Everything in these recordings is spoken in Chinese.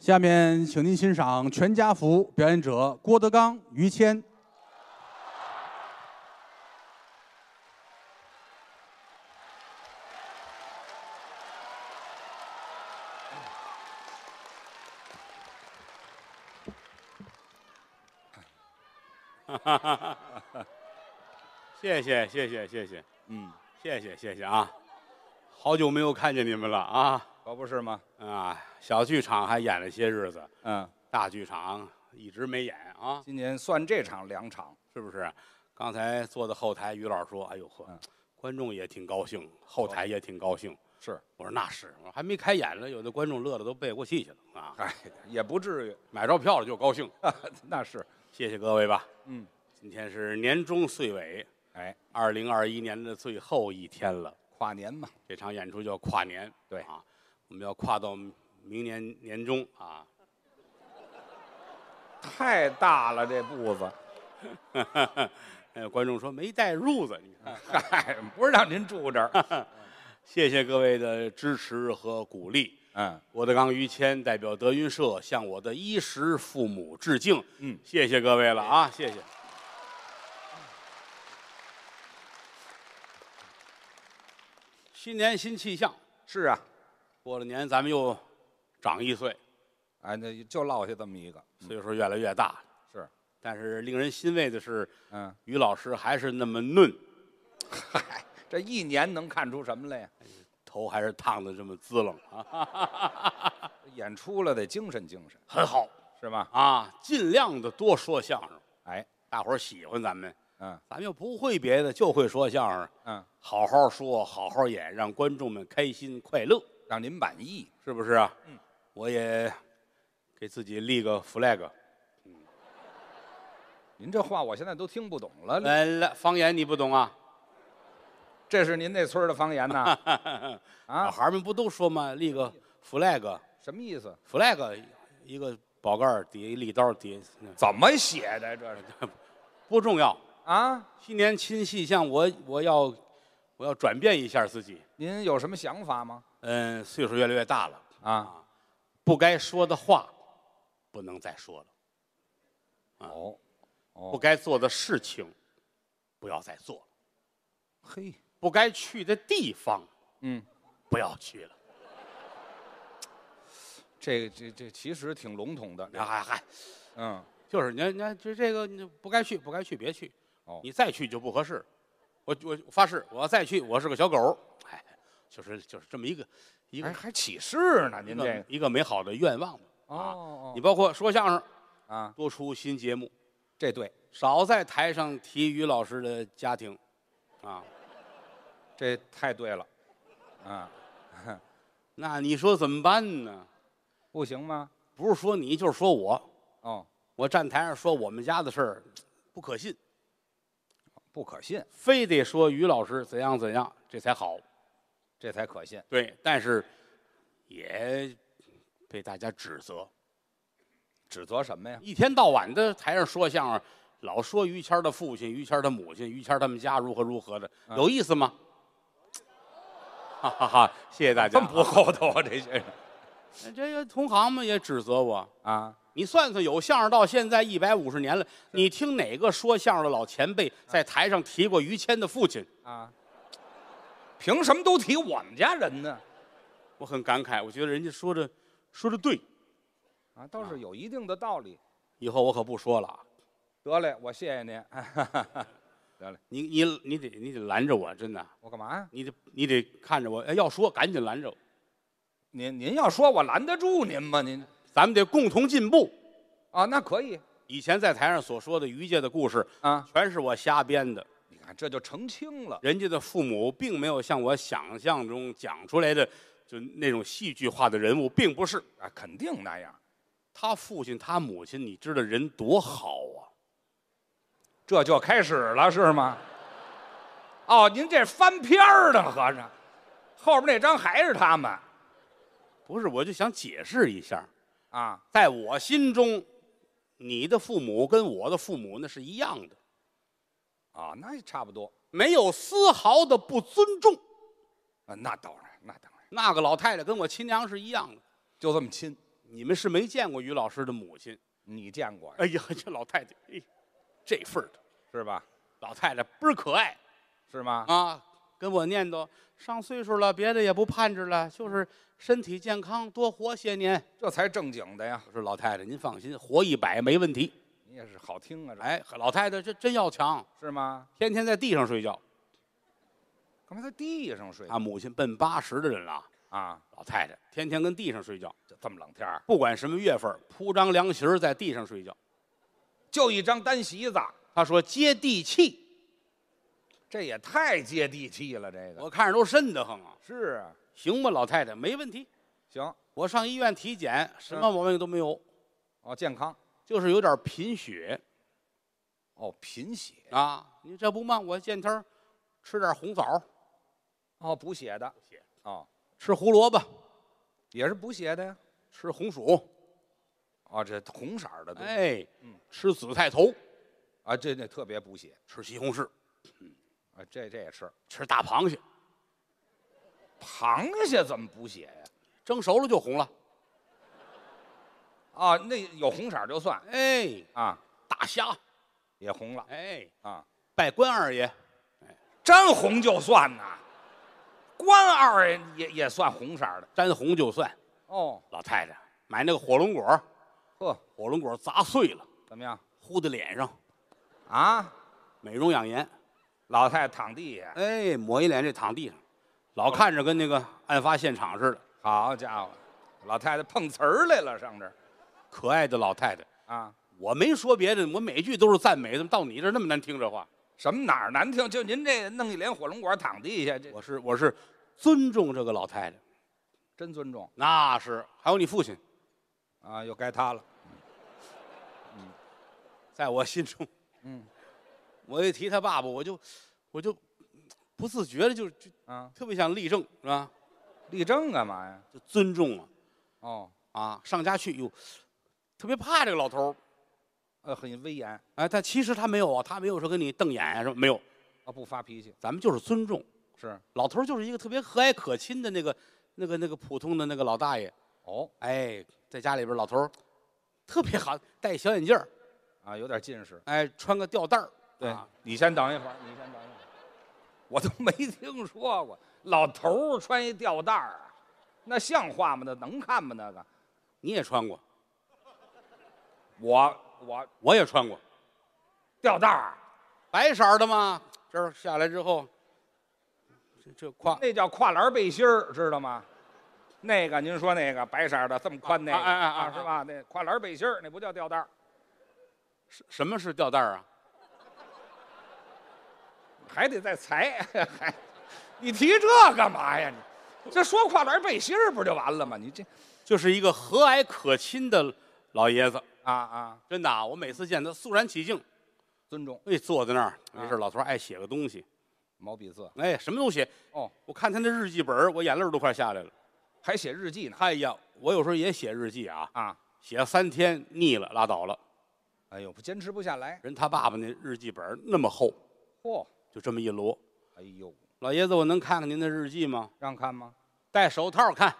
下面，请您欣赏全家福表演者郭德纲、于谦。谢谢谢谢谢谢，嗯，谢谢谢谢啊！好久没有看见你们了啊可不是吗？啊！小剧场还演了些日子，嗯，大剧场一直没演啊，今年算这场两场，是不是？刚才坐在后台，于老师说：“哎呦呵嗯，观众也挺高兴，后台也挺高兴。是，”我说：“那是，我还没开演呢，有的观众乐得都背过气去了啊！哎，也不至于，买着票了就高兴，那是，谢谢各位吧。嗯，今天是年终岁尾，哎，二零二一年的最后一天了。跨年嘛，这场演出叫跨年，对啊，我们要跨到明年年中啊， 太大了这步子，呃，观众说没带褥子，你嗯看，嗨，不是让您住这儿，谢谢各位的支持和鼓励。嗯，郭德纲、于谦代表德云社向我的衣食父母致敬，嗯，谢谢各位了啊，谢谢。新年新气象，是啊，过了年咱们又长一岁，哎，那就落下这么一个，岁数越来越大了。是，但嗯是令人欣慰的是，嗯，于老师还是那么嫩，嗨，这一年能看出什么来呀？头还是烫的这么滋楞啊，演出了得精神精神，很好是吧？啊，尽量的多说相声，哎，大伙儿喜欢咱们，嗯咱们又不会别的，就会说相声，嗯，好好说，好好演，让观众们开心快乐，让您满意，是不是啊？嗯，我也给自己立个 flag，您这话我现在都听不懂了，来来，方言你不懂啊？这是您那村儿的方言 呐？小啊，孩儿们不都说吗？立个 flag，flag 什么意思？一个宝盖儿底下一立刀儿底下，怎么写的这是？ 不重要。啊，新年新气象，我我要我要转变一下自己。您有什么想法吗？嗯，岁数越来越大了，啊，不该说的话不能再说了，哦，不该做的事情不要再做了，嘿，不该去的地方嗯，不要去了。这这这其实挺笼统的，啊嗨嗨，嗯，就是你看你看这这个你不该去不该去别去哦，你再去就不合适。我我发誓，我要再去，我是个小狗。哎，就是就是这么一个一还个哎还起誓呢，一您个这个一个美好的愿望吧。啊，哦你包括说相声，啊，多出新节目，这对，少在台上提于老师的家庭，啊，这太对了，啊，那你说怎么办呢？不行吗？不是说你，就是说我，哦，我站台上说我们家的事儿，不可信，不可信，非得说于老师怎样怎样，这才好。这才可信，对，但是也被大家指责，指责什么呀？一天到晚的台上说相声，老说于谦儿的父亲、于谦儿的母亲、于谦儿他们家如何如何的，有意思吗？嗯 哈哈哈！谢谢大家 这啊。么不厚道啊，这些人这个同行们也指责我，啊，你算算有相声到现在一百五十年了，你听哪个说相声的老前辈在台上提过于谦的父亲？啊，凭什么都提我们家人呢？我很感慨，我觉得人家说的说的对，啊，倒是有一定的道理。以后我可不说了啊。得嘞，我谢谢您。 得嘞，你你你得你得拦着我，真的，我干嘛呀？你得你得看着我，哎要说赶紧拦着我，您您要说我拦得住您吗？您咱们得共同进步。啊，那可以以前在台上所说的于家的故事，啊。全是我瞎编的，你看这就澄清了。人家的父母并没有像我想象中讲出来的，就那种戏剧化的人物，并不是。啊，肯定那样，他父亲、他母亲，你知道人多好啊！这就开始了是吗？哦，您这翻篇儿呢，合着后边那张还是他们不是，我就想解释一下，啊？在我心中，你的父母跟我的父母那是一样的，啊，那也差不多没有丝毫的不尊重。啊，那当然，那当然，那个老太太跟我亲娘是一样的，就这么亲你们是没见过于老师的母亲。你见过呀哎呀， 这老太太，哎，这份儿的是吧？老太太倍儿可爱是吗？啊，跟我念叨，上岁数了，别的也不盼着了，就是身体健康，多活些年。这才正经的呀！我说老太太，您放心，活一百没问题。你也是好听啊，这哎，老太太这真要强，是吗？天天在地上睡觉。干嘛在地上睡啊，母亲奔八十的人了，啊？老太太天天跟地上睡觉，就这么冷天儿，不管什么月份儿，铺张凉席儿在地上睡觉。就一张单席子，她说接地气，这也太接地气了。这个我看着都瘆得慌啊。是啊行吧，老太太没问题。行我上医院体检，什么毛病都没有，哦，健康就是有点贫血哦，贫血啊。你这不嘛，我见天儿吃点红枣，哦，补血的血哦，吃胡萝卜，也是补血的呀。吃红薯，哦，这红色儿的东西哎，吃紫菜头，啊，这这特别补血吃西红柿，啊，这这也吃。吃大螃蟹，螃蟹怎么补血呀？蒸熟了就红了。啊，那有红色儿就算哎，啊，大虾，也红了哎，啊，拜关二爷。真红就算呐。关二爷也也算红色儿的沾红就算。哦，老太太买那个火龙果，呵，火龙果砸碎了，怎么样糊在脸上，啊？美容养颜。老太太躺地下，哎，抹一脸这躺地上，老看着跟那个案发现场似的。好家伙，老太太碰瓷儿来了，上这儿可爱的老太太，啊？我没说别的，我每句都是赞美，怎么到你这儿那么难听这话？什么哪儿难听？就您这弄一脸火龙果躺地下，这我是我是尊重这个老太太，真尊重那是还有你父亲，啊！又该他了，在我心中，嗯，我一提他爸爸，我就我就不自觉的就就啊，特别想立正是吧？立正干嘛呀？就尊重啊，哦，啊，上家去，哟，特别怕这个老头儿。呃，很威严啊、哎，但其实他没有啊，他没有说跟你瞪眼啊什么没有，不发脾气咱们就是尊重。是老头儿就是一个特别和蔼可亲的那个、那个、那个普通的那个老大爷。哦哎，在家里边，老头儿特别好，戴小眼镜儿，啊，有点近视。哎，穿个吊带儿。对、啊你先等一会儿，你先等一会儿，我都没听说过老头儿穿一吊带儿啊，那像话吗？那能看吗？那个你也穿过，我我我也穿过，吊带儿白色儿的嘛。这儿下来之后，这这胯那叫跨栏背心儿，知道吗？那个您说那个白色儿的这么宽那个啊啊啊啊啊是吧？那跨栏背心儿那不叫吊带儿，什什么是吊带儿啊？还得再裁， 还你提这干嘛呀？你这说跨栏背心儿不就完了吗？你这就是一个和蔼可亲的老爷子，啊啊，真的、啊，我每次见他肃然起敬。尊重哎，坐在那儿没啊事儿，老头儿爱写个东西。毛笔字哎，什么东西？哦，我看他那日记本儿，我眼泪儿都快下来了。还写日记呢哎呀，我有时候也写日记啊，啊！写了三天腻了，拉倒了。哎呦，坚持不下来，人他爸爸那日记本儿那么厚，嚯、就这么一摞。哎呦，老爷子，我能看看您的日记吗？让看吗？戴手套看，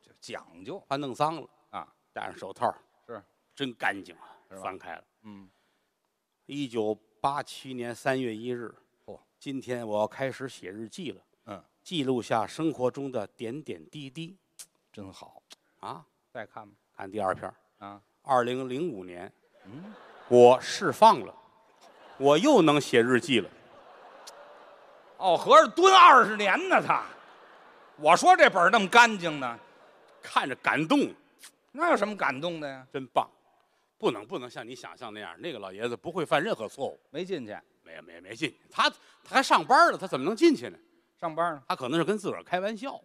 这讲究怕弄脏了。啊，戴上手套，是，真干净啊！是吧翻开了，嗯，一九八七年三月一日。嚯今天我要开始写日记了。嗯，记录下生活中的点点滴滴真好。啊。再看吧，看第二篇儿，啊，二零零五年，嗯，我释放了，我又能写日记了。哦，合着蹲二十年呢他。我说这本儿那么干净呢，看着感动，那有什么感动的呀？真棒！不能不能像你想象那样，那个老爷子不会犯任何错误。没进去，没有没有没进去，他他还上班了，他怎么能进去呢？上班呢。他可能是跟自个儿开玩笑，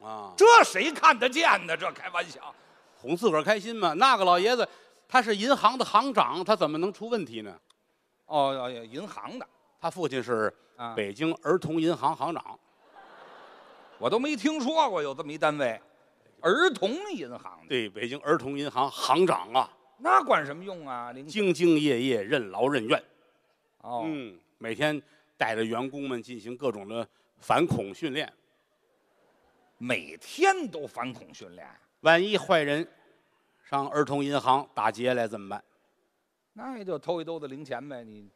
啊，这谁看得见呢？这开玩笑。哄自个儿开心嘛。那个老爷子他是银行的行长，他怎么能出问题呢？哦，哦有银行的他父亲是啊，北京儿童银行行长，我都没听说过有这么一单位，儿童银行的，对，北京儿童银行行长啊，那管什么用啊？领兢兢业业，任劳任怨。哦，嗯，每天带着员工们进行各种的反恐训练。每天都反恐训练，万一坏人上儿童银行打劫来怎么办？那也就偷一兜子零钱呗。你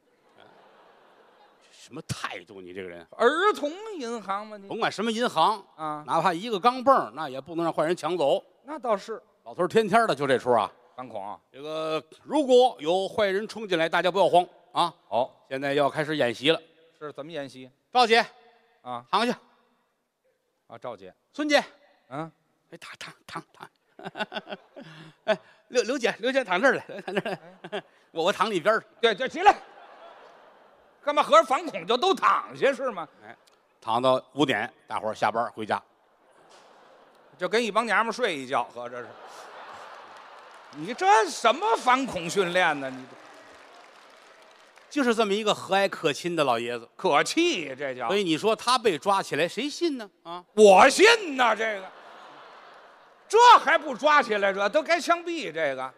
什么态度？你这个人，儿童银行嘛，你甭管什么银行，啊，哪怕一个钢镚儿，那也不能让坏人抢走。那倒是老头儿天天的就这出啊。反恐啊。这个如果有坏人冲进来，大家不要慌啊！哦，现在要开始演习了。是怎么演习赵姐，啊？躺下；啊，赵姐，孙姐，嗯，哎，躺躺躺躺。 哎，刘刘姐，刘姐躺这儿来，躺这儿来。 我我躺里边儿去，对对，起来，干嘛合着反恐就都躺下是吗？躺到五点，大伙儿下班回家。就跟一帮娘们儿睡一觉，合着是。你这什么反恐训练呢？你这就是这么一个和蔼可亲的老爷子，可气，这叫所以你说他被抓起来，谁信呢？啊，我信呐，这个，这还不抓起来，这都该枪毙，这个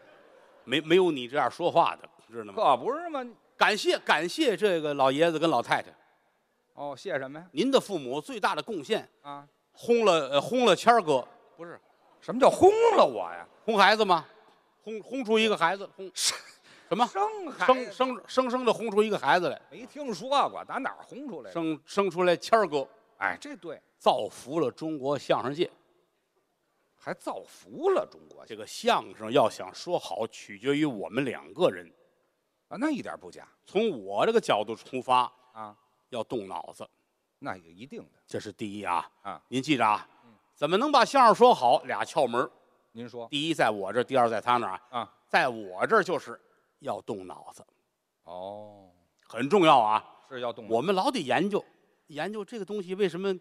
没没有你这样说话的，知道吗？可不是吗？感谢感谢这个老爷子跟老太太，哦，谢什么呀？您的父母最大的贡献，啊，轰了呃轰了谦儿哥，不是什么叫轰了我呀？轰孩子吗？轰轰出一个孩子，轰什么？生孩生子生生生的轰出一个孩子来，没听说过，打哪儿轰出来的？生生出来谦儿哥，哎，这对，造福了中国相声界。还造福了中国这个相声要想说好，取决于我们两个人。啊，那一点不假从我这个角度出发，啊，要动脑子，那也一定的。这是第一啊。啊，您记着啊，怎么能把相声说好？俩窍门儿，您说第一在我这儿，第二在他那儿啊。啊？在我这儿就是要动脑子，哦，很重要啊。是要动我们老得研究，研究这个东西为什么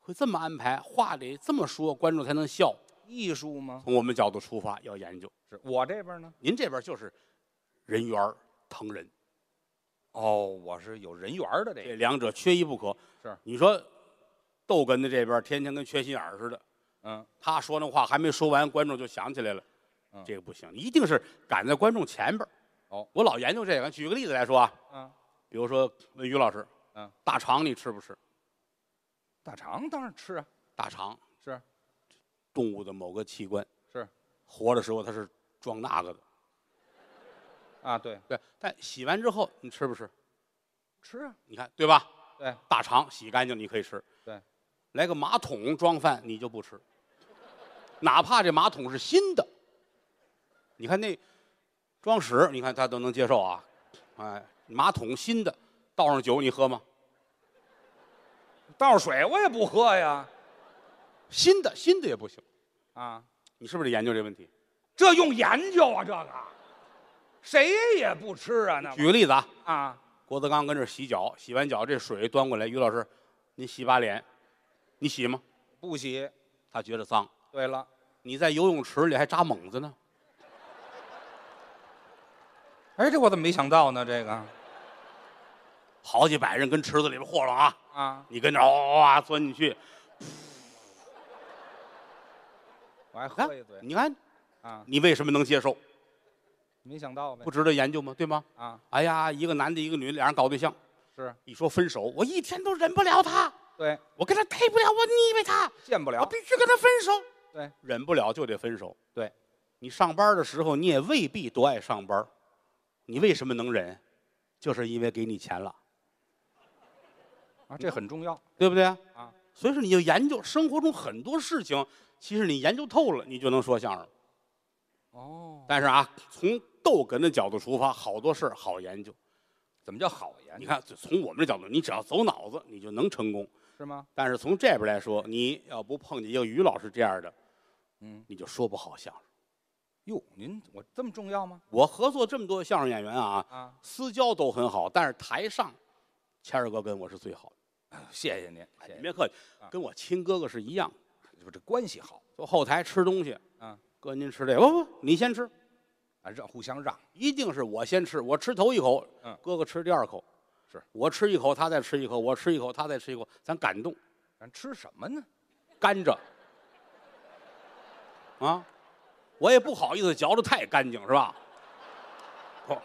会这么安排，话得这么说，观众才能笑。艺术吗？从我们角度出发，要研究。是我这边呢？您这边就是人缘儿疼人，哦，我是有人缘儿的这这个，两者缺一不可。是你说逗哏的这边天天跟缺心眼儿似的，嗯，他说那话还没说完，观众就想起来了，嗯这个不行，一定是赶在观众前边儿。哦我老研究这个。举个例子来说啊，啊，比如说问于老师，嗯，大肠你吃不吃？大肠当然吃啊，大肠是动物的某个器官，是活的时候它是装那个的，啊，对，对。但洗完之后你吃不吃？吃啊，你看对吧？对，大肠洗干净你可以吃，对。来个马桶装饭你就不吃，哪怕这马桶是新的，你看那装屎，你看他都能接受啊，哎，马桶新的，倒上酒你喝吗？倒水我也不喝呀，新的新的也不行，啊，你是不是得研究这问题？这用研究啊，这个谁也不吃啊，那玩意举个例子啊，儿啊，郭德纲跟这儿洗脚，洗完脚这水端过来，于老师，您洗把脸，你洗吗？不洗。他觉得脏。对了，你在游泳池里还扎猛子呢，哎，这我怎么没想到呢？这个好几百人跟池子里边和了啊，啊，你跟那儿哇哇哇钻进去，我还你看喝一嘴，你看啊，你为什么能接受？没想到呗不，值得研究吗？对吗？啊，哎呀，一个男的，一个女的，俩人搞对象，是一说分手，我一天都忍不了他，对，我跟他配不了，我腻歪他，见不我了必，须跟他分手。对，忍不了就得分手。对，你上班的时候你也未必多爱上班，你为什么能忍？就是因为给你钱了，啊，这很重要，对不对？啊，所以说你就研究生活中很多事情，其实你研究透了，你就能说相声。哦，但是啊，从逗哏的角度出发，好多事儿好研究。怎么叫好研你究看，从我们的角度，你只要走脑子，你就能成功。是吗？但是从这边来说，你要不碰见一个于老师这样的，嗯，你就说不好相声。哟，您我这么重要吗？我合作这么多相声演员啊，啊，私交都很好，但是台上，谦儿哥跟我是最好的。哎哎谢谢您，谢你谢别客气啊，跟我亲哥哥是一样。您，不这关系好坐后台吃东西，嗯，哥您吃这个，不不，你先吃，啊，让互相让，一定是我先吃，我吃头一口，嗯，哥哥吃第二口，是我吃一口，他再吃一口，我吃一口，他再吃一口，咱感动，咱吃什么呢？甘蔗， 啊，我也不好意思嚼的太干净是吧？哦，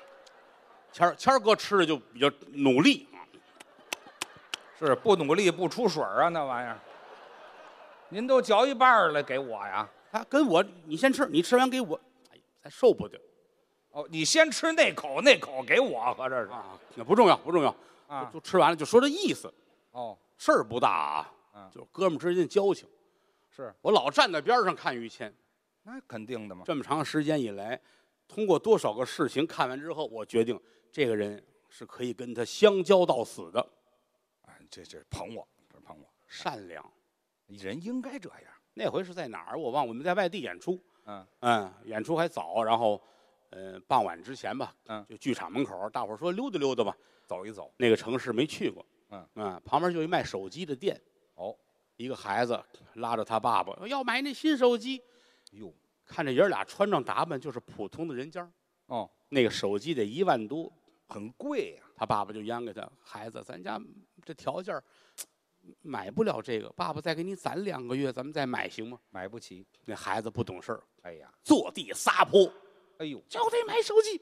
谦儿谦儿哥吃的就比较努力，是不努力不出水儿啊，那玩意儿。您都嚼一半儿了给我呀？他跟我，你先吃，你吃完给我，哎，咱受不了哦，你先吃那口，那口给我，合着是啊，那不重要，不重要，啊就就吃完了就说这意思，哦，事儿不大啊，嗯就哥们之间交情。是我老站在边上看于谦，那肯定的嘛。这么长时间以来，通过多少个事情看完之后，我决定这个人是可以跟他相交到死的，哎这这捧我，这捧我，善良。人应该这样。那回是在哪儿？我忘了，我们在外地演出，嗯，嗯，演出还早，然后，呃，傍晚之前吧，嗯就剧场门口，大伙儿说溜达溜达吧，走一走。那个城市没去过，啊嗯旁边就一卖手机的店，哦，一个孩子拉着他爸爸要买那新手机，哟，看这爷儿俩穿着打扮就是普通的人家儿哦，那个手机得一万多，很贵呀、他爸爸就央给他孩子，咱家这条件儿买不了这个，爸爸再给你攒两个月，咱们再买行吗？买不起。那孩子不懂事儿，哎呀，坐地撒泼，哎呦，就得买手机，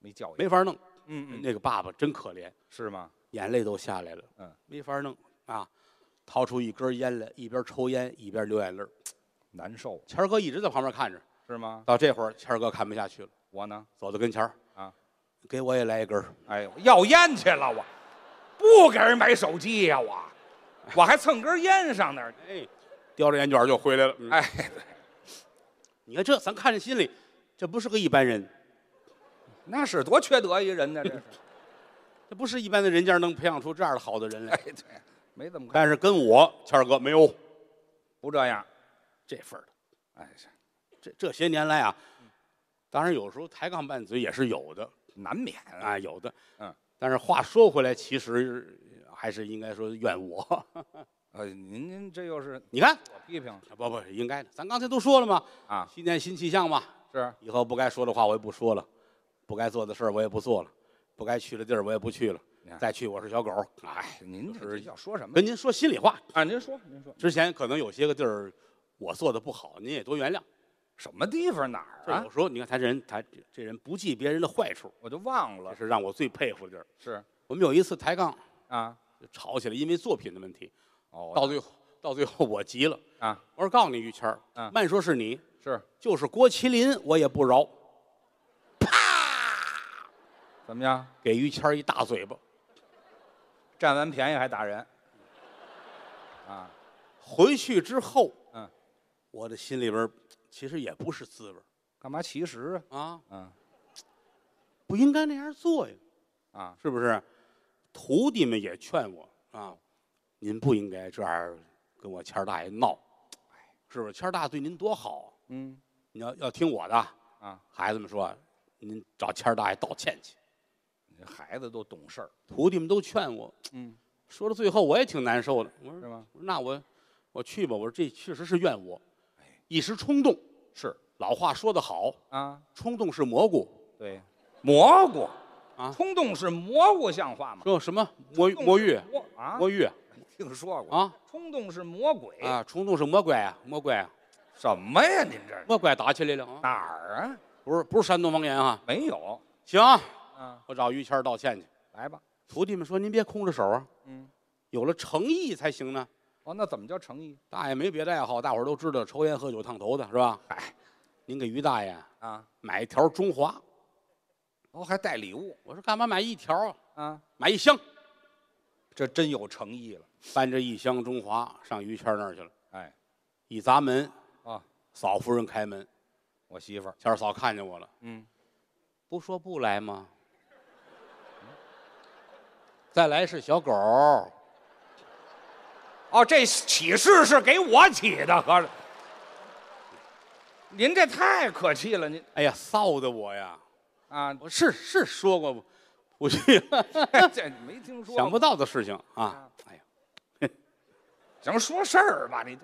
没教育。没法弄。嗯嗯，那个爸爸真可怜，是吗？眼泪都下来了。嗯，没法弄啊，掏出一根烟来，一边抽烟一边流眼泪儿。难受谦儿哥一直在旁边看着，是吗？到这会儿谦儿哥看不下去了，我呢？走到跟前儿啊，给我也来一根儿。哎呦，要烟去了我，不给人买手机呀、我，我还蹭根烟上那儿。哎，叼着烟卷儿就回来了。嗯哎，你看这，咱看着心里，这不是个一般人，那是多缺德一人呢，这是。这不是一般的人家能培养出这样的好的人来哎。，对，没怎么看，但是跟我谦儿哥没有不这样。这份儿的。哎，是这这些年来啊，嗯当然有时候抬杠拌嘴也是有的，难免啊。啊，有的，嗯。但是话说回来，其实还是应该说怨我。 呃，您您这又是你看，我批评不不应该的，咱刚才都说了嘛，啊？新年新气象嘛，是以后不该说的话我也不说了，不该做的事儿我也不做了，不该去的地儿我也不去了你，看再去我是小狗。哎，您这这要说什么跟您说心里话，啊？您说，您说之前可能有些个地儿我做的不好，您也多原谅。什么地方哪儿这啊有？时候你看他这人，他这人不记别人的坏处，我就忘这了。是让我最佩服的地儿。是我们有一次抬杠啊，就吵起来，因为作品的问题，哦，到最后到最后我急了。啊，我说告诉你，于谦儿，嗯慢说是你，是就是郭麒麟，我也不饶，怎么样？给于谦儿一大嘴巴。占完便宜还打人？啊，回去之后，嗯，我的心里边儿其实也不是滋味儿干嘛其实啊？啊，嗯不应该那样做呀，啊，是不是？徒弟们也劝我啊，您不应该这样跟我谦儿大爷闹，是不是？谦儿大爷对您多好，嗯你要要听我的啊，孩子们说，您找谦儿大爷道歉去。这孩子都懂事儿，徒弟们都劝我，嗯，说到最后我也挺难受的。我说是吗？我说那我我去吧。我说这确实是怨我，哎一时冲动。是老话说得好，啊，冲动是蘑菇。对，蘑菇啊冲动是蘑菇，像话吗？说什么魔魔芋？嗯冲动是蘑啊，哎魔芋听说过啊冲动是魔鬼啊！冲动是魔鬼啊，魔鬼啊，什么呀？您这魔鬼打起来了啊！哪儿啊？不是不是山东方言啊！没有行，啊，我找于谦儿道歉去。来吧，徒弟们说您别空着手啊，嗯，有了诚意才行呢。哦，那怎么叫诚意大爷没别的爱好，大伙儿都知道抽烟喝酒烫头的是吧？嗨，您给于大爷啊？买一条中华。哦，还带礼物我说干嘛买一条啊？啊？买一箱，这真有诚意了，搬着一箱中华上于谦儿那儿去了。哎，一砸门，啊，嫂夫人开门，我媳妇儿，谦儿嫂看见我了，嗯，不说不来吗？嗯再来是小狗儿，哦，这起誓是给我起的，合着。您这太可气了，您哎呀，臊的我呀！啊，我是是说过不不 去， 这没听说过，想不到的事情啊啊！哎呀，行，说事儿吧，你这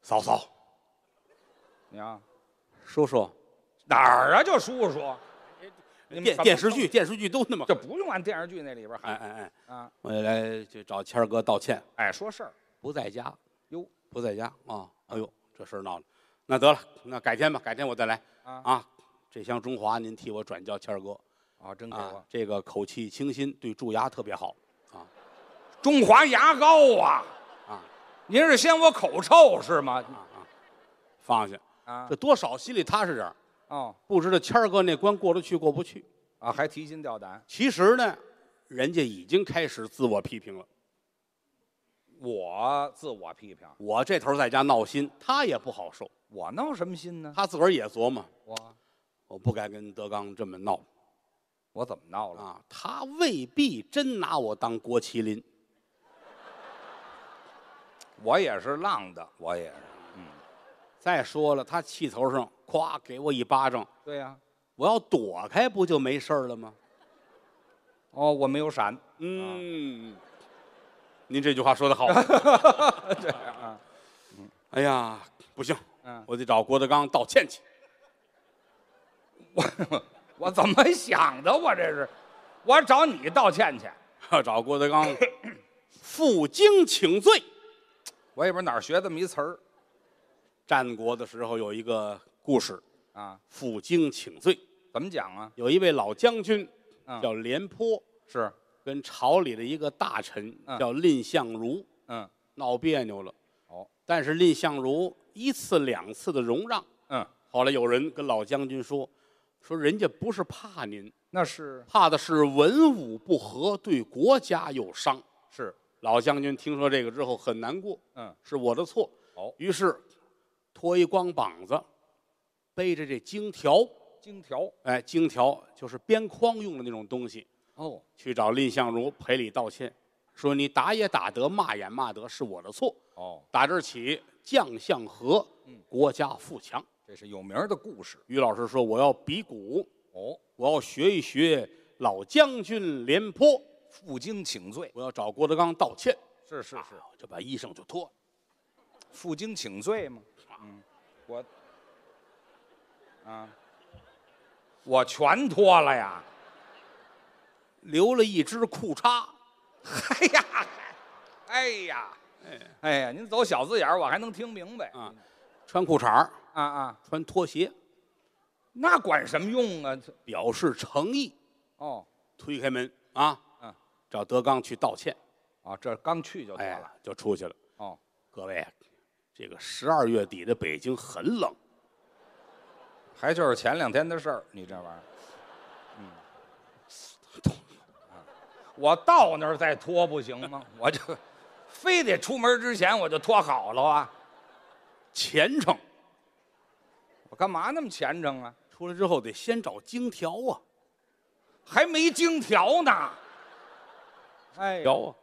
嫂嫂，你啊叔叔，哪儿啊？就叔叔，你电们什么电视剧电视剧都那么这不用按电视剧那里边哎喊哎哎，啊，我也来就找谦儿哥道歉，哎，说事儿不在家哟不在家啊！哎呦，这事儿闹的，那得了，那改天吧，改天我再来啊啊！这箱中华您替我转交谦儿哥啊，真给啊我，这个口气清新，对蛀牙特别好中华牙膏啊啊！您是嫌我口臭是吗？放下，啊这，多少心里踏实点儿哦，不知道谦儿哥那关过得去过不去。啊，还提心吊胆。其实呢，人家已经开始自我批评了。我自我批评，我这头在家闹心，他也不好受，我闹什么心呢？他自个儿也琢磨，我我不该跟德刚这么闹我怎么闹了？啊，他未必真拿我当郭麒麟。我也是浪的，我也是。再说了，他气头上，咵给我一巴掌，对呀、我要躲开不就没事儿了吗？哦，我没有闪。 嗯，您这句话说得好。 对啊，哎呀，不行，嗯，我得找郭德纲道歉去。 我怎么想的？我这是，我找你道歉去。找郭德 纲负荆请罪。我也不知道哪儿学这么一词儿战国的时候有一个故事，啊？负荆请罪。怎么讲啊？有一位老将军嗯叫廉颇，是，跟朝里的一个大臣嗯叫蔺相如嗯，闹别扭了。哦，但是蔺相如一次两次的容让。嗯，后来有人跟老将军说，说人家不是怕您，那是怕的是文武不和，对国家有伤。是，老将军听说这个之后很难过，嗯，是我的错。哦，于是脱一光膀子，背着这荆条，荆条。哎，荆条就是边框用的那种东西，哦，去找蔺相如赔礼道歉，说你打也打得，骂也骂得，是我的错。哦，打这儿起，将相和，国家富强。这是有名儿的故事。于老师说，我要比武，哦，我要学一学老将军廉颇，负荆请罪。我要找郭德纲道歉。是是是啊，我就把衣裳就脱了。负荆请罪嘛。嗯，我，啊，我全脱了呀。 留了一只裤衩，哎呀，哎呀，哎呀，您走小字眼儿，我还能听明白啊穿裤衩儿啊啊！穿拖鞋，那管什么用啊？这表示诚意。哦，推开门啊，嗯，找德刚去道歉，啊，这刚去就脱哎了。，就出去了。哦，各位，这个十二月底的北京很冷，还就是前两天的事儿，你这玩意儿，嗯，啊我到那儿再脱不行吗？我就非得出门之前我就脱好了啊！虔诚。我干嘛那么虔诚啊？出来之后得先找荆条啊，还没荆条呢。哎，条啊，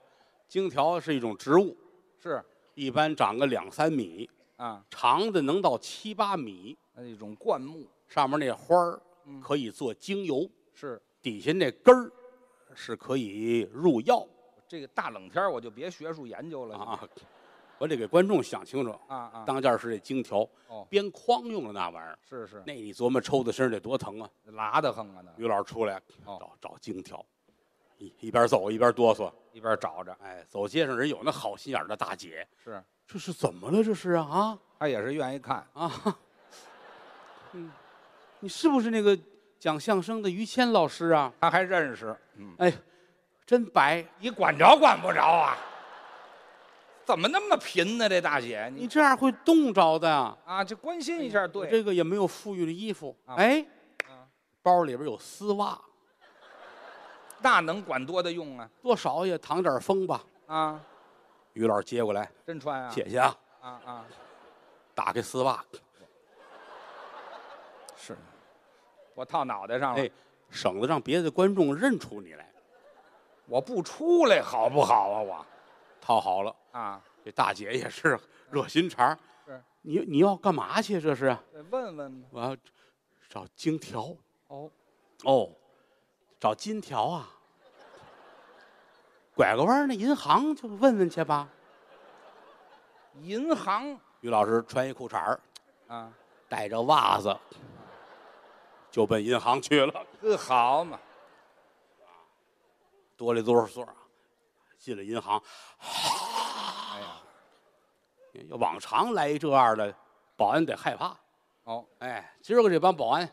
荆条是一种植物，是一般长个两三米，啊，长的能到七八米，那一种灌木上面那花儿嗯可以做精油，是。底下那根儿是可以入药这个大冷天儿我就别学术研究了啊。我得给观众想清楚，啊啊！当件是这荆条哦，边框用的那玩意儿。是是，那你琢磨抽在身上得多疼啊！拉的很啊，那于老师出来哦找找荆条，一一边走一边哆嗦。一边找着哎，走街上人有那好心眼儿的大姐，是，这是怎么了？这是啊他也是愿意看。啊啊！嗯，你是不是那个讲相声的于谦老师啊？他还认识，嗯，哎，真白！你管着管不着啊？怎么那么贫呢？这大姐，你你这样会冻着的啊。啊，就关心一下，嗯哎我对，这个也没有富裕的衣服。啊哎啊，包里边有丝袜，那能管多的用啊？多少也挡点风吧。啊，于老师接过来，真穿啊？姐姐啊，啊啊，打开丝袜，是，我套脑袋上了，哎，省得让别的观众认出你来。我不出来好不好啊？我套好了，啊，这大姐也是热心肠儿。是你你要干嘛去？这是得问问吧。我要找金条哦，哦，找金条啊。拐个弯儿那银行就问问去吧。银行于老师穿一裤衩儿，啊，带着袜子，就奔银行去了。这好嘛，哆里哆嗦啊，进了银行，哎呀，要往常来一这样的，保安得害怕。哦。哎，今儿个这帮保安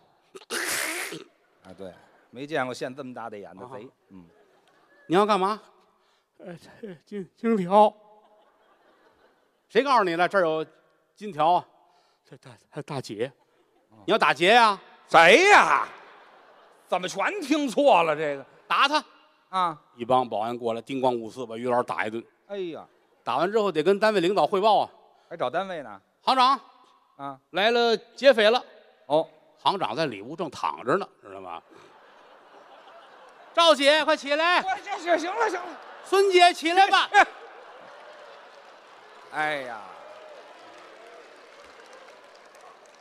啊，对，没见过现这么大的眼的贼啊。嗯，你要干嘛？呃，金金条。谁告诉你的？这儿有金条啊，这大大姐，你要打劫啊呀、谁呀？怎么全听错了这个打他！啊？一帮保安过来，叮咣五四把于老师打一顿。哎呀，打完之后得跟单位领导汇报啊，还找单位呢？行长啊，来了劫匪了。哦，行长在里屋正躺着呢，知道吗？赵姐，快起来！我这行行了行了，孙姐，起来吧！哎哎呀，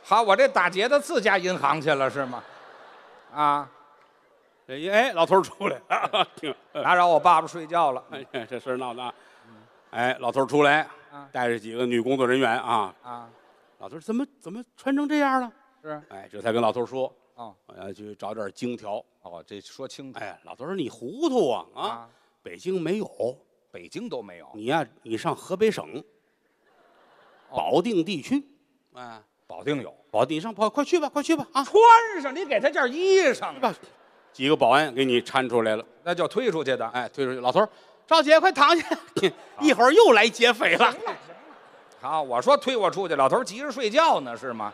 好，我这打劫到自家银行去了是吗？啊，这一哎，老头儿出来， 啊听，打扰我爸爸睡觉了哎这事儿闹的啊。哎，老头儿出来啊，带着几个女工作人员啊。啊，老头儿怎么怎么穿成这样了？是哎，这才跟老头儿说，哦我要去找点金条。哦，这说清楚哎，老头儿说你糊涂啊啊啊！，北京没有，北京都没有，你呀、你上河北省哦保定地区，啊，保定有。保定，你上跑，快去吧，快去吧啊！穿上，你给他件衣裳吧，几个保安给你搀出来了，那叫推出去的。哎，推出去，老头儿，赵姐快躺 下，一会儿又来劫匪了。好，我说推我出去，老头儿急着睡觉呢，是吗？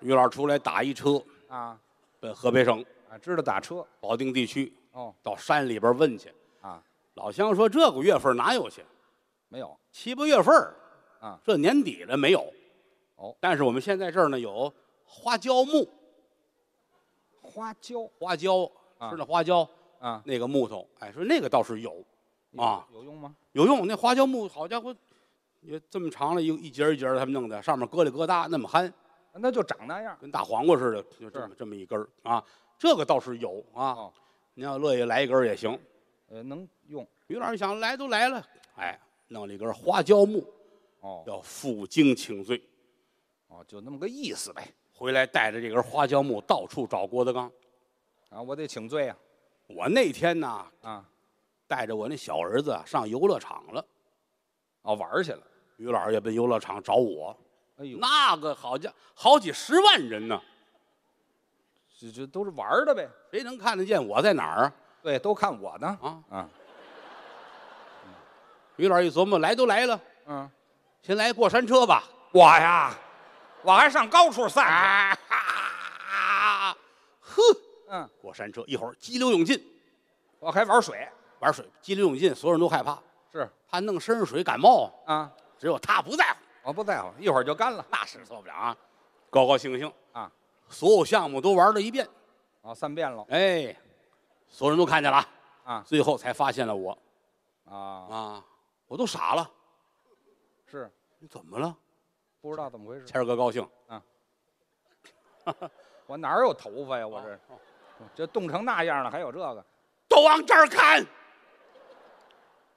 于老师出来打一车，啊奔河北省啊，知道打车保定地区，哦到山里边问去。啊，老乡说这个月份哪有去？没有七八月份儿啊，这年底了没有？哦，但是我们现在这儿呢有花椒木，花椒花椒啊吃那花椒啊那个木头，哎，说那个倒是有啊，有有用吗？有用。那花椒木好家伙，也这么长了，一一节儿一节儿他们弄的，上面疙里疙瘩那么憨，那就长那样跟大黄瓜似的，就这么这么一根儿啊。这个倒是有啊哦，您要乐意来一根儿也行。呃，能用于老师想来都来了，哎，弄了一根花椒木，哦要负荆请罪。哦，就那么个意思呗。回来带着这根花椒木到处找郭德纲。啊，我得请罪啊我那天呐，啊，带着我那小儿子啊上游乐场了，哦，玩儿去了。于老师也奔游乐场找我。哎呦，那个好家伙，好几十万人呢，这这都是玩儿的呗。谁能看得见我在哪儿啊？对，都看我呢啊啊于老师一琢磨，来都来了，嗯，先来过山车吧。我呀，我还上高处散去。 啊哈！呵，嗯，过山车一会儿激流勇进，我还玩儿水玩水激流勇进，所有人都害怕，是怕弄身上水感冒，啊，只有他不在乎，我不在乎，一会儿就干了那是错不了啊！高高兴兴，啊。所有项目都玩了一遍，哦，三遍了哎，所有人都看见了，啊最后才发现了我啊，啊，我都傻了，是你怎么了？不知道怎么回事。谦儿哥高兴，我哪儿有头发呀？我这、这冻成那样了，还有这个都往这儿看，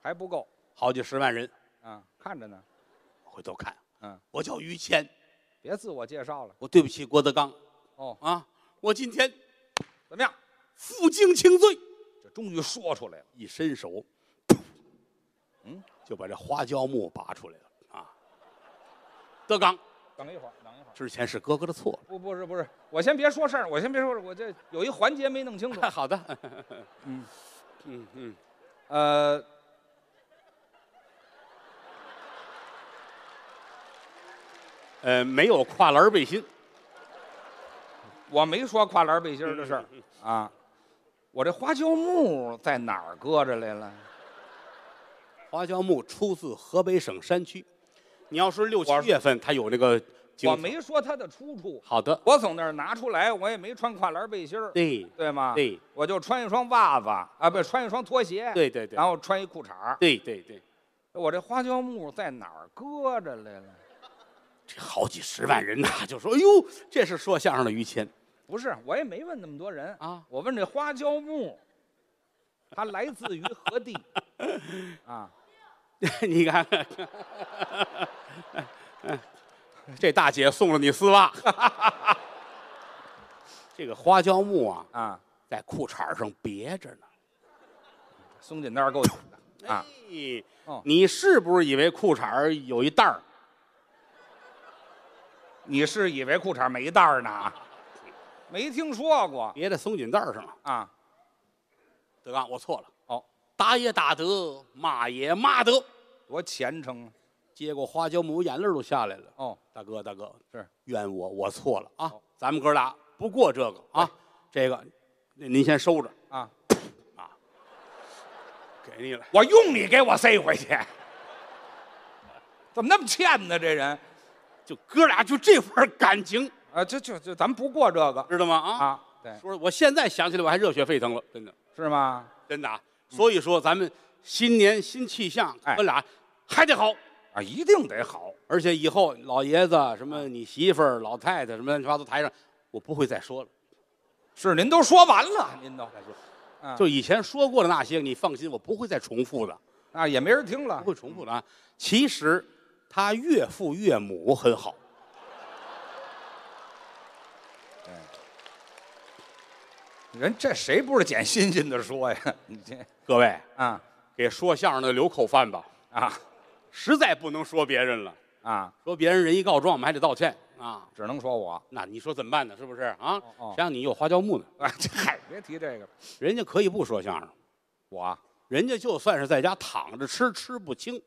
还不够好几十万人啊！看着呢，回头看，嗯，我叫于谦，别自我介绍了我对不起郭德纲哦。啊，我今天怎么样？负荆请罪。这终于说出来了，一伸手，嗯，就把这花椒木拔出来了啊。德刚等一会儿，等一会儿。之前是哥哥的错不，不是，不是，我先别说事儿，我先别说事儿，我这有一环节没弄清楚。了。 好的，嗯嗯嗯，呃，呃，没有跨栏背心，我没说跨栏背心儿的 事儿啊，我这花椒木在哪儿搁着来了？花椒木出自河北省山区。你要说六七我月份，它有那个景我色没说它的出处，好的，我从那儿拿出来，我也没穿跨栏背心儿，对对吗？对我就穿一双袜子啊，不穿一双拖鞋，对对对然后穿一裤衩儿。对对对，我这花椒木在哪儿搁着来了？这好几十万人呐，就说哎呦，这是说相声的于谦不是，我也没问那么多人啊。我问这花椒木，它来自于何地？ 啊， 你看，这大姐送了你丝袜。 这个花椒木啊，啊，在裤衩上别着呢。松紧带儿够紧的啊。哎哦你是不是以为裤衩儿有一袋儿？你是以为裤衩没带儿呢？啊没听说过别在松紧带儿上了。啊？德刚，我错了。哦，打也打得，骂也骂得，多虔诚啊！接过花椒母，眼泪儿都下来了。哦，大哥，大哥，是怨我，我错了啊好！咱们哥俩不过这个啊，这个那您先收着，啊，给你了。我用你给我塞回去，怎么那么欠呢？这人就哥俩就这份感情，啊，这就就咱们不过这个知道吗？啊，啊，对，说我现在想起来我还热血沸腾了，真的，是吗？真的啊。所以说咱们新年新气象，嗯哎哥俩还得好。啊，一定得好，而且以后老爷子什么你媳妇儿、老太太什么乱七八糟台上，我不会再说了。是您都说完了，您都啊就以前说过的那些，你放心，我不会再重复的，啊也没人听不了会重复的啊。其实他岳父岳母很好，人这谁不是捡新鲜的说呀？ 你这各位啊给说相声的留口饭吧，啊实在不能说别人了，啊，说别人人一告状，我们还得道歉啊。只能说我那你说怎么办呢？是不是啊哦哦？ 谁让你有花椒木呢？啊，这嗨，别提这个了，人家可以不说相声，我人家就算是在家躺着吃，吃不清。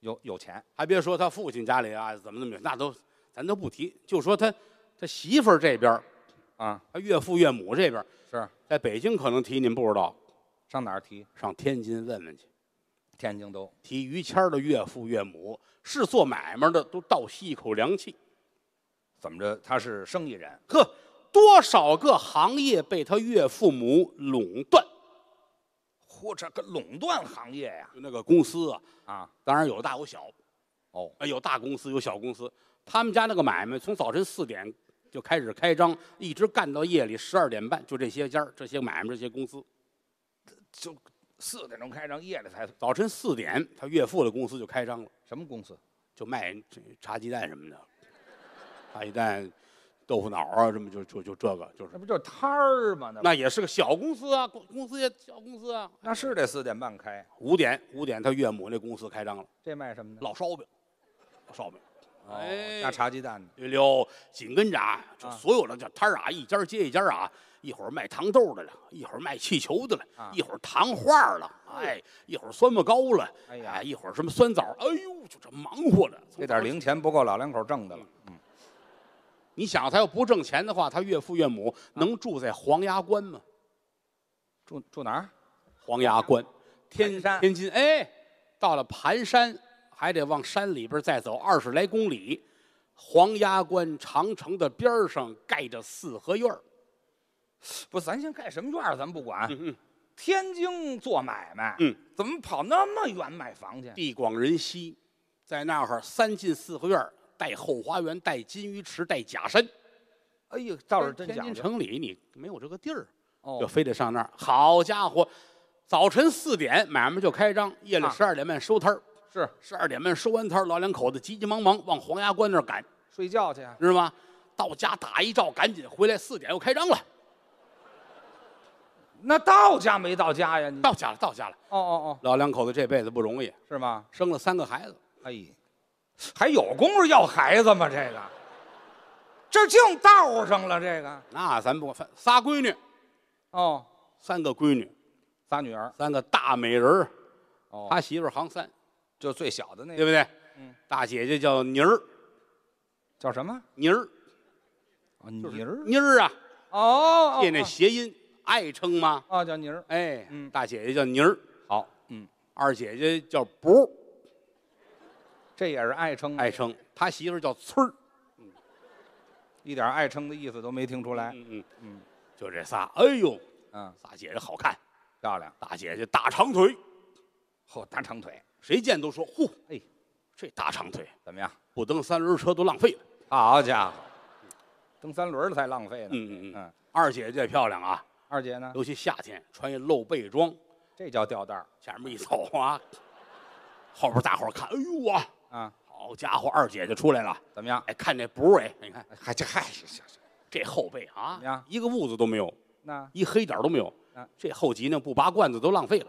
有有钱还别说他父亲家里啊，怎么怎么，那都咱都不提，就说他他媳妇儿这边儿，啊，他岳父岳母这边儿，是在北京可能提您不知道，上哪儿提？上天津问问去，天津都提于谦儿的岳父岳母是做买卖的，都倒吸一口凉气。怎么着？他是生意人，呵，多少个行业被他岳父母垄断，嚯，这个垄断行业呀就那个公司啊，啊当然有大有小，哦啊，有大公司有小公司，他们家那个买卖从早晨四点就开始开张，一直干到夜里十二点半，就这些家儿这些买卖这些公司，就四点钟开张，夜里才早晨四点他岳父的公司就开张了，什么公司？就卖这茶鸡蛋什么的，茶鸡蛋、豆腐脑啊，什么就就就这个就是那，不就是摊儿吗？那不那也是个小公司啊，公公司也小公司啊。那是得四点半开。五点五点他岳母那公司开张了，这卖什么呢？老烧饼，老烧饼，哦哎加茶鸡蛋的。溜溜，紧跟着啊，就啊所有的这摊儿啊，一家接一家啊，一会儿卖糖豆的了，一会儿卖气球的了，啊一会儿糖花了，哎，一会儿酸沫糕了，哎呀一会儿什么酸枣，哎呦，就这忙活的。这点零钱不够老两口挣的了。嗯你想他要不挣钱的话，他岳父岳啊母能住在黄崖关吗？住住哪儿？黄崖关，天啊盘山天津，哎，到了盘山，还得往山里边再走二十来公里。黄崖关长城的边儿上盖着四合院儿不，咱先盖什么院儿，咱不管。天津做买卖，嗯，怎么跑那么远买房去？地广人稀，在那儿三进四合院儿带后花园，带金鱼池，带假山。哎呦，倒是真天讲津究。城里你没有这个地儿，就哦，非得上那儿。好家伙，早晨四点买卖就开张，夜里啊十二点半收摊儿。是十二点半收完摊儿，老两口子急急忙忙往黄崖关那儿赶，睡觉去啊？知道吗？到家打一照，赶紧回来，四点又开张了。那到家没到家呀？你到家了，到家了。哦哦老两口子这辈子不容易哦，，是吗？生了三个孩子，哎，还有功夫要孩子吗？这个，这净道上了。这个那咱不管，仨闺女，哦，三个闺女，仨女儿三个大美人儿。哦他媳妇儿行三，就最小的那对个不对？嗯，大姐姐叫妮儿，叫什么？妮儿，哦妮儿妮儿啊，哦，借那哦谐音，爱称嘛。哦叫妮儿。哎，嗯大姐姐叫妮儿，好，嗯，二姐姐叫不，这也是爱称，爱称。他媳妇儿叫村儿。一点爱称的意思都没听出来。嗯嗯嗯，就这仨。哎呦，嗯，仨姐姐好看，漂亮，大姐姐大长腿，嚯，大长腿，谁见都说，嚯，哎，这大长腿怎么样？不蹬三轮车都浪费了。好家伙，蹬三轮儿才浪费呢。嗯嗯嗯。二姐姐漂亮啊，二姐呢？尤其夏天穿一露背装，这叫吊带儿前面一走啊，后边大伙儿看，哎呦啊，啊？好家伙，二姐姐出来了。怎么样？哎，看这补哎，你看还这还是是是这后背怎么啊样，一个痦子都没有，那一黑点儿都没有啊。这后脊呢，不拔罐子都浪费了。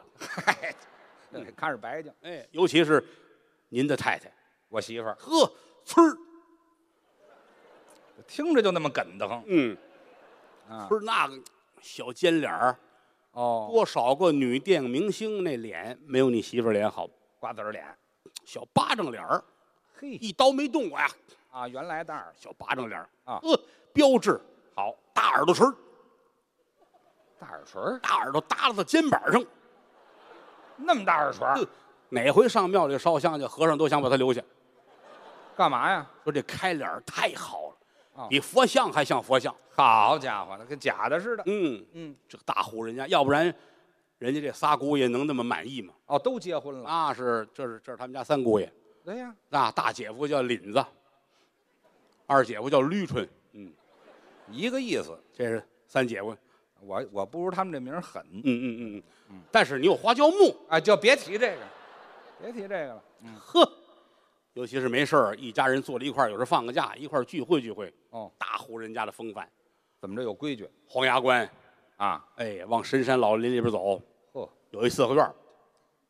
那看着白净。哎，尤其是您的太太，我媳妇儿呵，村儿，听着就那么梗得慌嗯，啊。村儿那个小尖脸儿，哦，多少个女电影明星那脸没有你媳妇儿脸好，瓜子儿脸，小巴掌脸儿，嘿一刀没动我呀，啊，原来那儿小巴掌脸儿啊呃，标志好，大耳朵垂儿大耳垂儿，大耳朵耷拉到肩膀上，那么大耳垂儿，呃哪回上庙里烧香去，和尚都想把他留下，干嘛呀？说这开脸儿太好了，哦比佛像还像佛像。好家伙，那跟假的似的。嗯，嗯，这个大户人家，要不然人家这仨姑爷能那么满意吗？哦，都结婚了。那是，这是这是他们家三姑爷，对呀，那大姐夫叫凛子，二姐夫叫捋春，嗯，一个意思。这是三姐夫，我我不如他们这名儿狠嗯嗯嗯嗯，但是你有花椒木，啊，就别提这个，别提这个了。嗯，呵，尤其是没事儿，一家人坐在一块儿，有时候放个假一块儿聚会聚会，哦，大户人家的风范。怎么着有规矩黄崖关，啊？哎，往深山老林里边走，呵有一四合院儿，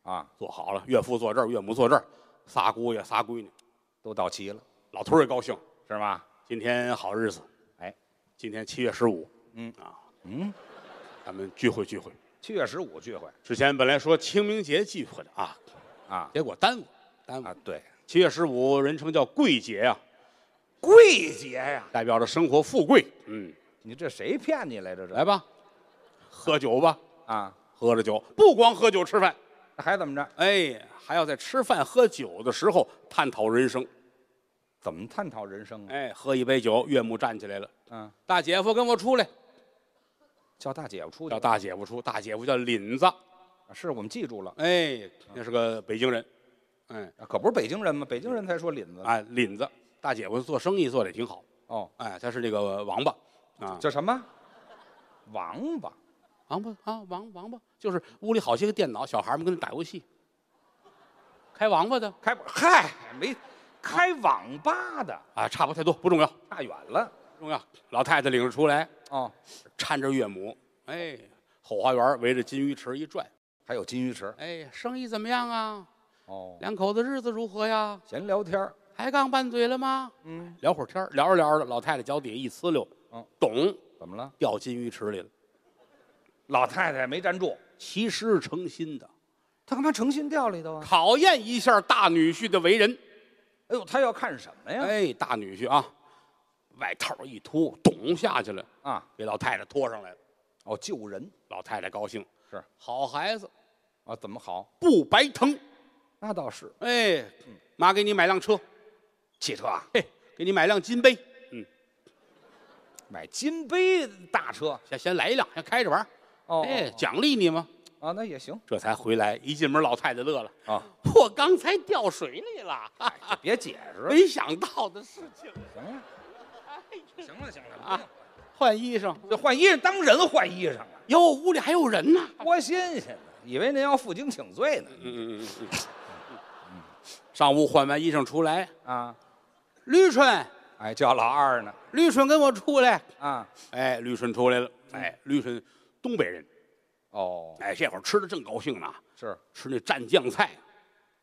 啊，坐好了，岳父坐这儿，岳母坐这儿，仨姑爷仨闺女，都到齐了老头儿也高兴，是吗？今天好日子，哎，今天七月十五，嗯啊，嗯，咱们聚会聚会。七月十五聚会之前本来说清明节聚会的啊，啊结果耽误，耽误啊。，对，七月十五人称叫贵节啊，贵节呀，代表着生活富贵。嗯，你这谁骗你来着？这来吧，喝酒吧，啊，喝着酒，不光喝酒吃饭，那还怎么着？哎，还要在吃饭喝酒的时候探讨人生。怎么探讨人生啊？哎，喝一杯酒，岳母站起来了，嗯，大姐夫跟我出来，叫大姐夫出去叫，大姐夫出，大姐夫叫凛子，啊是我们记住了，哎，那是个北京人，哎，啊可不是北京人吗？北京人才说领子呢哎，凛子，大姐夫做生意做的也挺好，哦，哎，他是那个王八啊，叫什么？王八王八啊，王王八，就是屋里好些个电脑，小孩们跟那打游戏，开王八的开嗨没开网吧的，啊，差不太多，不重要，差远了不重要。老太太领着出来，哦。搀着岳母，哎，后花园围着金鱼池一转，还有金鱼池哎，生意怎么样啊？哦，两口子日子如何呀？闲聊天儿抬杠拌嘴了吗？嗯，聊会儿天儿聊着聊着，老太太脚底下一呲溜，嗯，懂，怎么了？掉金鱼池里了。老太太没站住，其实是诚心的，她干嘛诚心掉里头啊？考验一下大女婿的为人。哎呦，她要看什么呀？哎，大女婿啊，外套一脱，咚下去了，啊，给老太太拖上来了。哦，救人老太太高兴，是好孩子，啊，怎么好？不白疼。那倒是哎，嗯妈给你买辆车，汽车啊，嘿，给你买辆金杯，嗯，买金杯大车先先来一辆，先开着玩儿。哦哎，哦奖励你嘛。哦啊，那也行这才回来，一进门，老太太乐了，啊，我刚才掉水里了，哎就别解释了，没想到的事情。行了，行了行了啊啊，换衣裳，这换衣裳当人换衣裳啊，哟，屋里还有人呢。多新鲜呢！以为您要负荆请罪呢嗯嗯嗯嗯嗯。上屋换完衣裳出来，啊，绿春，哎，叫老二呢绿春跟我出来。啊，哎，绿春出来了。哎，绿春，东北人。哦，哎，这会儿吃的正高兴呢，是吃那蘸酱菜，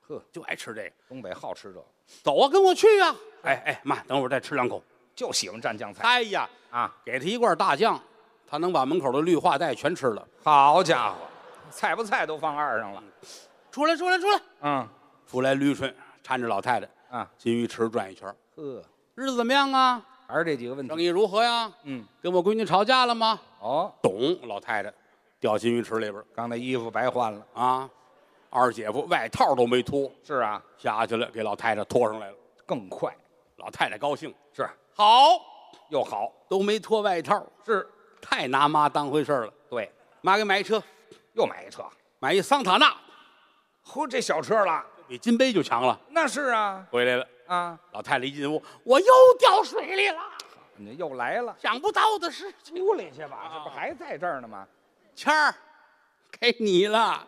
呵，就爱吃这个。东北好吃这个，走啊，跟我去啊！哎哎，妈，等会儿再吃两口。就喜欢蘸酱菜哎呀，啊。给他一罐大酱，他能把门口的绿化带全吃了。好家伙，菜不菜都放二上了。出来，出来，出来！嗯出来，绿春搀着老太太，啊，金鱼池转一圈儿。呵，日子怎么样啊？还是这几个问生题。意如何呀？嗯，跟我闺女吵架了吗？哦，懂，老太太掉金鱼池里边儿刚才衣服白换了。啊。二姐夫外套都没脱，是啊，下去了，给老太太拖上来了。更快，老太太高兴，是好，又好，都没脱外套，是太拿妈当回事儿了。对，妈给买一车，又买一车。买一桑塔纳，嚯，这小车了，比金杯就强了。那是啊回来了，啊，老太太一进屋，我又掉水里了，你又来了，想不到的事情。屋里去吧，这不还在这儿呢吗？谦儿，该你了，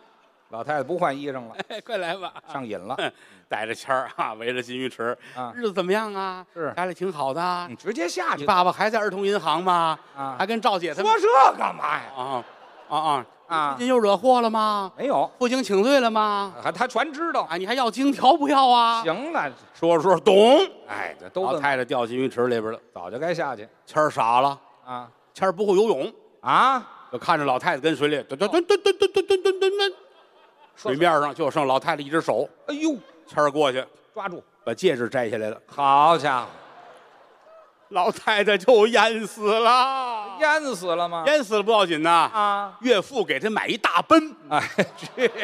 老太太不换衣裳了，哎，快来吧。上瘾了， 带着谦儿啊，围着金鱼池，啊日子怎么样啊？是家里挺好的啊。你嗯直接下你去。爸爸还在儿童银行吗？啊还跟赵姐他们说这干嘛呀？啊啊啊啊最近又惹祸了吗？没有，负荆请罪了吗？还他全知道。啊，你还要金条不要啊？行了，说着说着，懂。哎，这都老问太太掉金鱼池里边了，早就该下去谦儿傻了，啊谦儿不会游泳，啊！就看着老太太跟水里蹲蹲蹲蹲蹲蹲蹲蹲蹲蹲，水面上就剩老太太一只手，哎呦，谦儿过去抓住把戒指摘下来了，好家伙，老太太就淹死了，淹死了吗？淹死了不要紧呐，啊！岳父给她买一大奔，哎，去你的！